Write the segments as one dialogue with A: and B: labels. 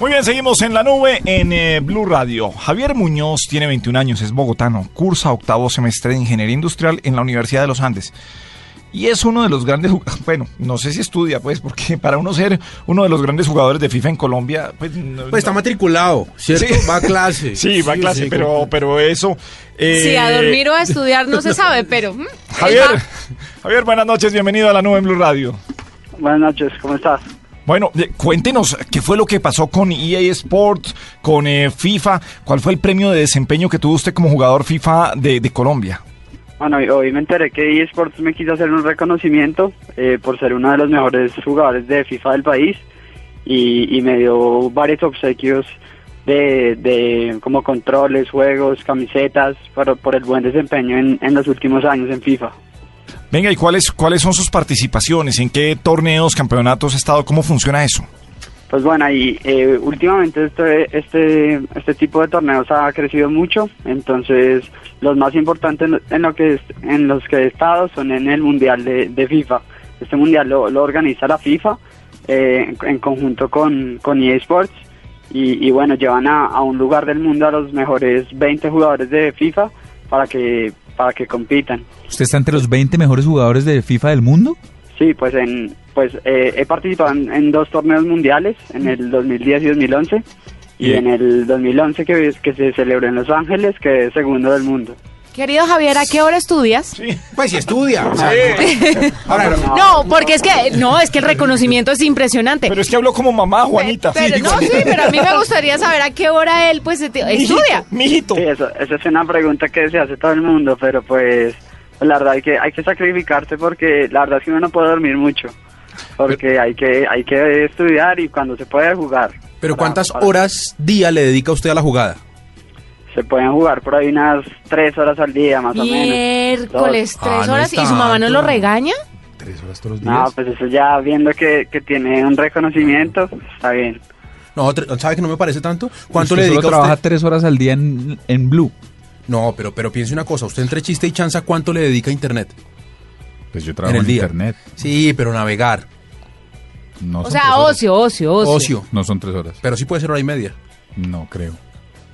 A: Muy bien, seguimos en la nube en eh, Blue Radio. Javier Muñoz tiene 21 años, es bogotano, cursa octavo semestre de Ingeniería Industrial en la Universidad de los Andes. Y es uno de los grandes, jug- bueno, no sé si estudia, pues, porque para uno ser uno de los grandes jugadores de FIFA en Colombia, pues... no-
B: Pues está matriculado, ¿cierto?
A: Sí.
B: Va a clase.
A: Sí, va a clase,
B: sí,
A: pero, pero eso... eh,
C: Si a dormir o a estudiar no se sabe, pero... mm, él
A: Javier,
C: va.
A: Javier, buenas noches, bienvenido a la nube en Blue Radio.
D: Buenas noches, ¿cómo estás?
A: Bueno, eh, cuéntenos qué fue lo que pasó con EA Sports, con eh, FIFA, cuál fue el premio de desempeño que tuvo usted como jugador FIFA de, de Colombia.
D: Bueno, hoy- hoy me enteré que eSports me quiso hacer un reconocimiento eh, por ser uno de los mejores jugadores de FIFA del país y, y me dio varios obsequios de, de como controles, juegos, camisetas por, por el buen desempeño en, en los últimos años en FIFA.
A: Venga, ¿y cuáles, cuáles son sus participaciones? ¿En qué torneos, campeonatos ha estado? ¿Cómo funciona eso?
D: Pues bueno, y eh, últimamente este, este, este tipo de torneos ha crecido mucho, entonces los más importantes en- en, lo que es- en los que he estado son en el Mundial de, de FIFA. Este Mundial lo, lo organiza la FIFA eh, en, en conjunto con, con EA Sports y, y bueno, llevan a, a un lugar del mundo a los mejores 20 jugadores de FIFA para que, para que compitan.
E: ¿Usted está entre los 20 mejores jugadores de FIFA del mundo?
D: Sí, pues en pues eh, he participado en, en dos torneos mundiales, en el 2010 y 2011, y
A: Y-
D: en el 2011 que, que se celebró en Los Ángeles, que es segundo del mundo.
C: Querido Javier, ¿a qué hora estudias?
B: Pues si estudia. o sea, Ahora, no.
C: No, porque es que no, es que el reconocimiento es impresionante.
A: Pero es que habló como mamá, Juanita.
C: Pero, no, sí, pero a mí me gustaría saber a qué hora él pues eti- estudia.
A: Mijito.
D: Sí, eso, esa es una pregunta que se hace todo el mundo, pero pues la verdad hay que hay que sacrificarse porque la verdad es que uno no puede dormir mucho, porque hay que hay que estudiar y cuando se puede jugar.
B: Pero
D: Para-
B: ¿cuántas
D: para-
B: horas día le dedica usted a la jugada?
D: Se pueden jugar por ahí unas tres horas al día más o menos.
C: Miércoles,
B: Ah,
C: tres
B: no
C: horas.
B: es
C: ¿Y su mamá no
B: tanto.
C: lo regaña?
B: Tres horas todos los
D: No, pues eso ya viendo que, que tiene un reconocimiento, está bien.
B: No, tre- ¿sabe que no me parece tanto? ¿Cuánto
E: Usted
B: le
E: solo
B: dedica
E: trabaja
B: usted?
E: tres horas al día en, en Blue.
B: No, pero, pero piense una cosa. Usted entre chiste y chanza, ¿cuánto le dedica a Internet?
F: Pues yo
B: En
F: trabajo
B: el
F: en,
B: día.
F: internet.
B: Sí, pero navegar.
F: No
C: O
F: son
C: sea,
F: tres horas.
C: ocio, ocio, ocio.
B: Ocio.
F: No son tres horas.
B: Pero sí puede ser hora y media.
F: No creo.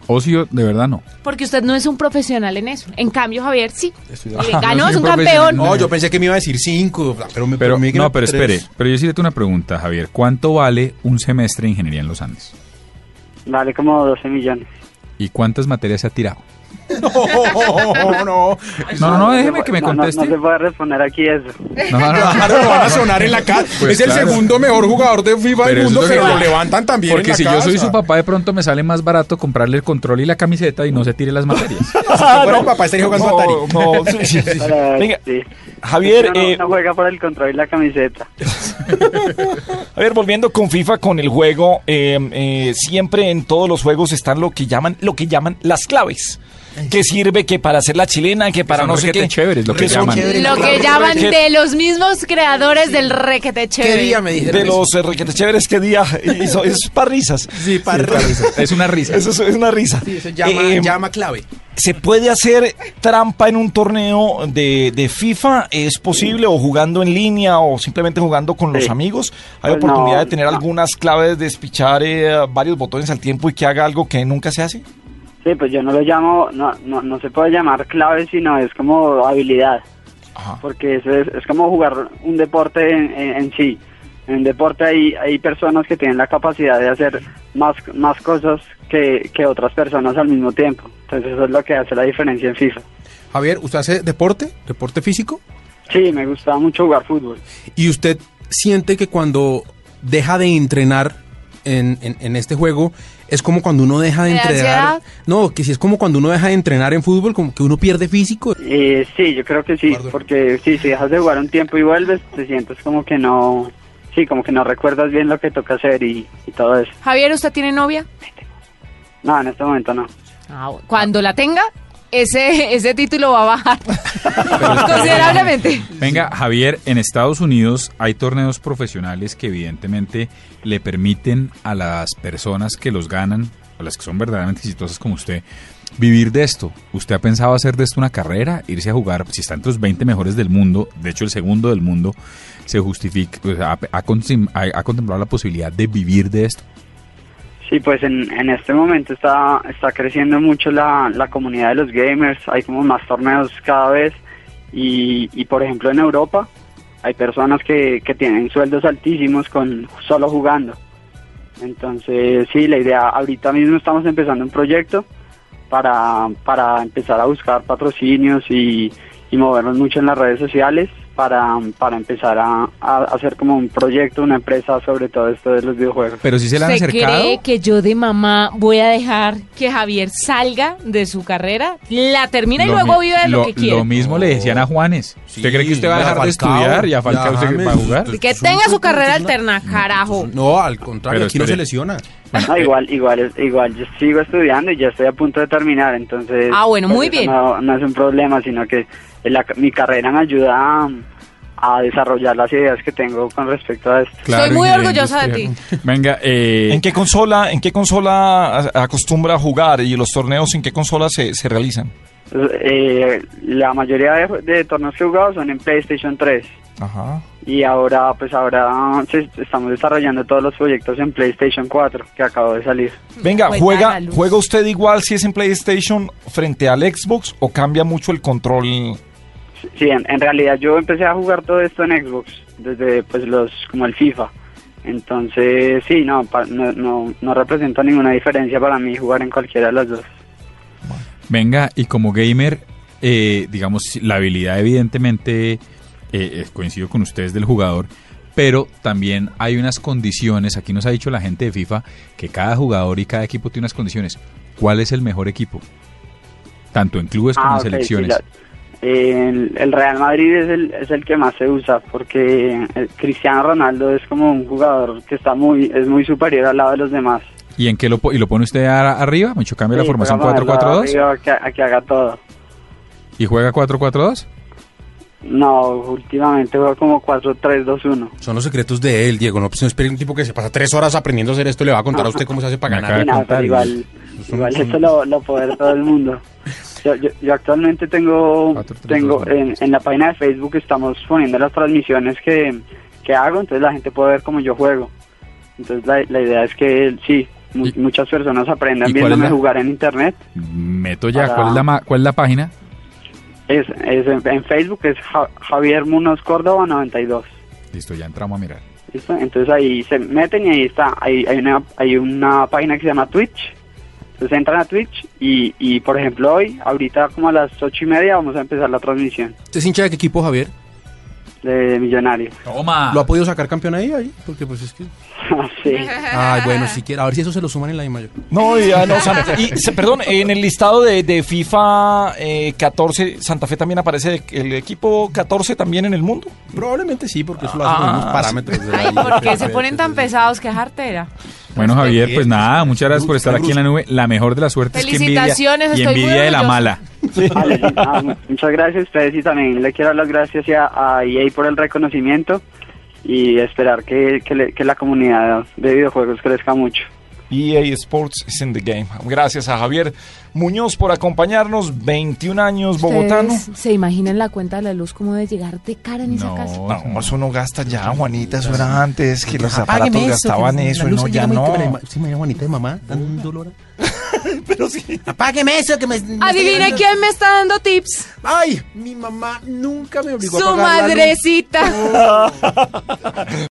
F: Ocio, de verdad no.
C: Porque usted no es un profesional en eso. En cambio, Javier, sí.
B: Estoy de
C: Y le
B: acuerdo.
C: ganó,
E: no
C: es
E: soy
C: un
E: un profesional.
C: campeón.
B: No, yo pensé que me iba a decir cinco. ah, Pero, me,
F: Pero,
B: me dijeron
F: no, pero
B: tres.
F: espere. Pero yo sí le tengo una pregunta, Javier. ¿Cuánto vale un semestre de ingeniería en los Andes?
D: Vale como 12 millones.
F: ¿Y cuántas materias se ha tirado?
B: No, no, no.
F: No, no, no, déjeme
D: se
F: que me
D: puede- no, no,
F: conteste.
D: No, se puede responder aquí eso.
F: No, no, no.
B: Claro, lo van a sonar en la casa.
F: Pues
B: es el
F: claro.
B: segundo mejor jugador de FIFA
F: Pero
B: del
F: eso
B: mundo,
F: es lo que-
B: pero lo levantan también. en
F: Porque
B: la
F: si yo soy
B: casa.
F: su papá, de pronto me sale más barato comprarle el control y la camiseta y no se tire las materias.
B: Si fuera mi papá, estaría jugando Atari.
A: Ah, No, no, sí, sí, sí.
D: Para-
A: Venga,
D: sí.
A: Javier,
D: Uno no,
A: eh,
D: no juega por el control y la camiseta.
A: A ver, volviendo con FIFA, con el juego, eh, eh, siempre en todos los juegos están lo que llaman, lo que llaman las claves. Que sirve que para hacer la chilena, que para
F: son
A: no sé
F: requete
A: qué.
F: chéveres, lo que
A: son
F: llaman.
C: Lo que llaman de los mismos creadores del
B: ¿Qué
C: requete chévere.
B: día me dijeron?
A: De los eh, requete chéveres que día hizo, es para risas.
B: Sí, parra.
F: Es una risa.
A: Eso es, es una risa.
B: Sí, eso llama,
A: Eh,
B: llama clave.
A: ¿Se puede hacer trampa en un torneo de, de FIFA? ¿Es posible? ¿O jugando en línea? ¿O simplemente jugando con los
D: Sí.
A: amigos? ¿Hay
D: Pues
A: oportunidad
D: no,
A: de tener
D: no.
A: algunas claves, de despichar eh, varios botones al tiempo y que haga algo que nunca se hace?
D: Sí, pues yo no lo llamo, no, no, no se puede llamar clave, sino es como habilidad.
A: Ajá.
D: porque eso es, es como jugar un deporte en, en- en sí. En deporte hay, hay personas que tienen la capacidad de hacer más, más cosas que, que otras personas al mismo tiempo. Entonces eso es lo que hace la diferencia en FIFA.
B: Javier, ¿usted hace deporte? ¿Deporte físico?
D: Sí, me gustaba mucho jugar fútbol.
B: ¿Y usted siente que cuando deja de entrenar en, en- en este juego es como cuando uno deja de
C: ¿Le da
B: entrenar?
C: ansiedad?
B: No, que si es como cuando uno deja de entrenar en fútbol, como que uno pierde físico.
D: Eh, sí, yo creo que sí,
B: Perdón.
D: porque sí, si dejas de jugar un tiempo y vuelves, te sientes como que no, sí, como que no recuerdas bien lo que toca hacer y, y todo eso.
C: Javier, ¿usted tiene novia?
D: No, en este momento no.
C: Ah, bueno. Cuando la tenga, ese, ese título va a bajar considerablemente.
F: Venga, Javier, en Estados Unidos hay torneos profesionales que evidentemente le permiten a las personas que los ganan, a las que son verdaderamente exitosas como usted, vivir de esto. ¿Usted ha pensado hacer de esto una carrera, irse a jugar? Si está entre los 20 mejores del mundo, de hecho el segundo del mundo, se justifica, o sea, ha, ha consim- ha- ha contemplado la posibilidad de vivir de esto.
D: Sí, Y pues en, en este momento está, está creciendo mucho la, la comunidad de los gamers, hay como más torneos cada vez y, y por ejemplo en Europa hay personas que, que tienen sueldos altísimos con solo jugando. Entonces sí, la idea, ahorita mismo estamos empezando un proyecto para, para empezar a buscar patrocinios y, y movernos mucho en las redes sociales para, para empezar a, a hacer como un proyecto, una empresa sobre todo esto de los videojuegos.
F: Pero si se le han
C: ¿Se
F: acercado.
C: cree que yo de mamá voy a dejar que Javier salga de su carrera? La termina y luego
F: mi-
C: vive de lo, que quiere.
F: Lo mismo le decían a Juanes. ¿Usted cree que usted va a dejar de estudiar y a Falcao usted va a jugar?
C: Que tenga su carrera alterna, carajo.
B: No, al contrario,
F: Pero
B: aquí no
F: espere.
B: se lesiona.
C: eh,
D: No, igual, igual, igual, yo sigo estudiando y ya estoy a punto de terminar, entonces...
C: Ah, bueno,
D: por
C: muy
D: eso
C: bien.
D: No, no es un problema, sino que la- mi carrera me ayuda a, a desarrollar las ideas que tengo con respecto a esto.
F: Claro,
C: Estoy muy
F: ingeniería
C: orgullosa de
F: industrial. Venga, eh,
A: ¿En qué consola, en qué consola a- acostumbra a jugar y los torneos en qué consola se, se realizan?
D: Eh, la mayoría de, de torneos que he jugado son en PlayStation 3
A: Ajá.
D: y ahora, pues ahora se- estamos desarrollando todos los proyectos en PlayStation 4 que acabo de salir.
A: Venga,
C: Pues, a la
A: juega,
C: luz.
A: juega usted igual si es en PlayStation frente al Xbox o cambia mucho el control.
D: Sí, en, en realidad yo empecé a jugar todo esto en Xbox, desde pues los, como el FIFA. Entonces, sí, no, pa- no, no, no representa ninguna diferencia para mí jugar en cualquiera de las dos.
F: venga, y como gamer, eh, digamos, la habilidad evidentemente, eh, eh, coincido con ustedes del jugador, pero también hay unas condiciones, aquí nos ha dicho la gente de FIFA, que cada jugador y cada equipo tiene unas condiciones. ¿Cuál es el mejor equipo? Tanto en clubes como
D: Ah,
F: en
D: ok, sí,
F: selecciones.
D: la- el, el Real Madrid es el, es el que más se usa porque eh, Cristiano Ronaldo es como un jugador que está muy es muy superior al lado de los demás.
F: ¿Y en qué lo, po- y lo pone usted a- arriba? Mucho cambia la
D: Sí,
F: formación
D: juega más
F: 4-4-2
D: arriba, que- A que haga todo.
F: y juega 4-4-2.
D: No, últimamente juega como 4-3-2-1.
B: Son los secretos de él, Diego. No, pues, no espere un tipo que se pasa tres horas aprendiendo a hacer esto y le va a contar a usted cómo se hace para
F: Me
B: ganar.
D: Sí, no,
F: contar
D: pero
F: y-
D: igual,
B: son-
D: igual
B: son-
D: esto lo, lo puede ver todo el mundo. Yo, yo- yo actualmente tengo,
F: Cuatro, tres,
D: tengo
F: dos, uno.
D: en, en la página de Facebook estamos poniendo las transmisiones que, que hago, entonces la gente puede ver cómo yo juego. Entonces la, la idea es que sí, mu-
F: ¿Y-
D: muchas personas aprendan
F: y cuál es
D: viéndome
F: la-
D: jugar en internet.
F: Meto ya,
D: Para-
F: ¿cuál es la, ma- cuál es la página?
D: Es, es en, en Facebook es Ja- Javier Munoz Córdoba 92.
F: Listo, ya entramos a mirar.
D: ¿Listo? Entonces ahí se meten y ahí está. Hay, hay, una, hay una página que se llama Twitch. Entonces entran a Twitch y, y, por ejemplo, hoy, ahorita como a las ocho y media, vamos a empezar la transmisión
B: ¿Usted es hincha de qué equipo, Javier?
D: de Millonarios.
F: Toma.
B: ¿Lo ha podido sacar campeón ahí? ahí? Porque pues es que...
D: Ah, sí.
B: Ay, bueno, si quiere. A ver si eso se lo suman en la I mayor.
A: No, ya no, Santa Fe. Y, se- perdón, en el listado de, de FIFA eh, 14, Santa Fe también aparece el equipo 14 también en el mundo.
B: Probablemente sí, porque eso lo hacen
A: Ah,
B: los parámetros. de la
C: Ay,
B: I mayor.
C: ¿por qué se ponen tan pesados? Qué jartera.
F: Bueno, Javier, pues nada, muchas gracias por estar aquí en la nube. La mejor de las suertes que envidia.
C: Felicitaciones,
F: Y
C: estoy muy
F: envidia de la
C: orgullosa.
F: mala.
D: Vale, sí. Ah, mu- muchas gracias a ustedes y también le quiero dar las gracias a, E a EA por el reconocimiento y esperar que, que le- que la comunidad de videojuegos crezca mucho.
A: EA E Sports is in the game. Gracias a Javier Muñoz por acompañarnos. 21 años bogotano.
C: ¿Ustedes ¿Se imaginan la cuenta de la luz como de llegar de cara en esa
F: No.
C: casa?
A: No, eso no gasta ya, Juanita. Eso era antes que los
B: Págueme
A: aparatos
B: eso,
A: gastaban
B: que la
A: eso. y
B: luz
A: No,
B: se
A: ya
B: llama y
A: no.
B: que me la- Sí, me llama bonita de mamá. Dame un dolor. Pero sí. Apágueme eso que me. me está
C: Adivine
B: llegando-
C: quién me está dando tips.
B: Ay, mi mamá nunca me obligó a
C: Su
B: apagar la luz.
C: madrecita.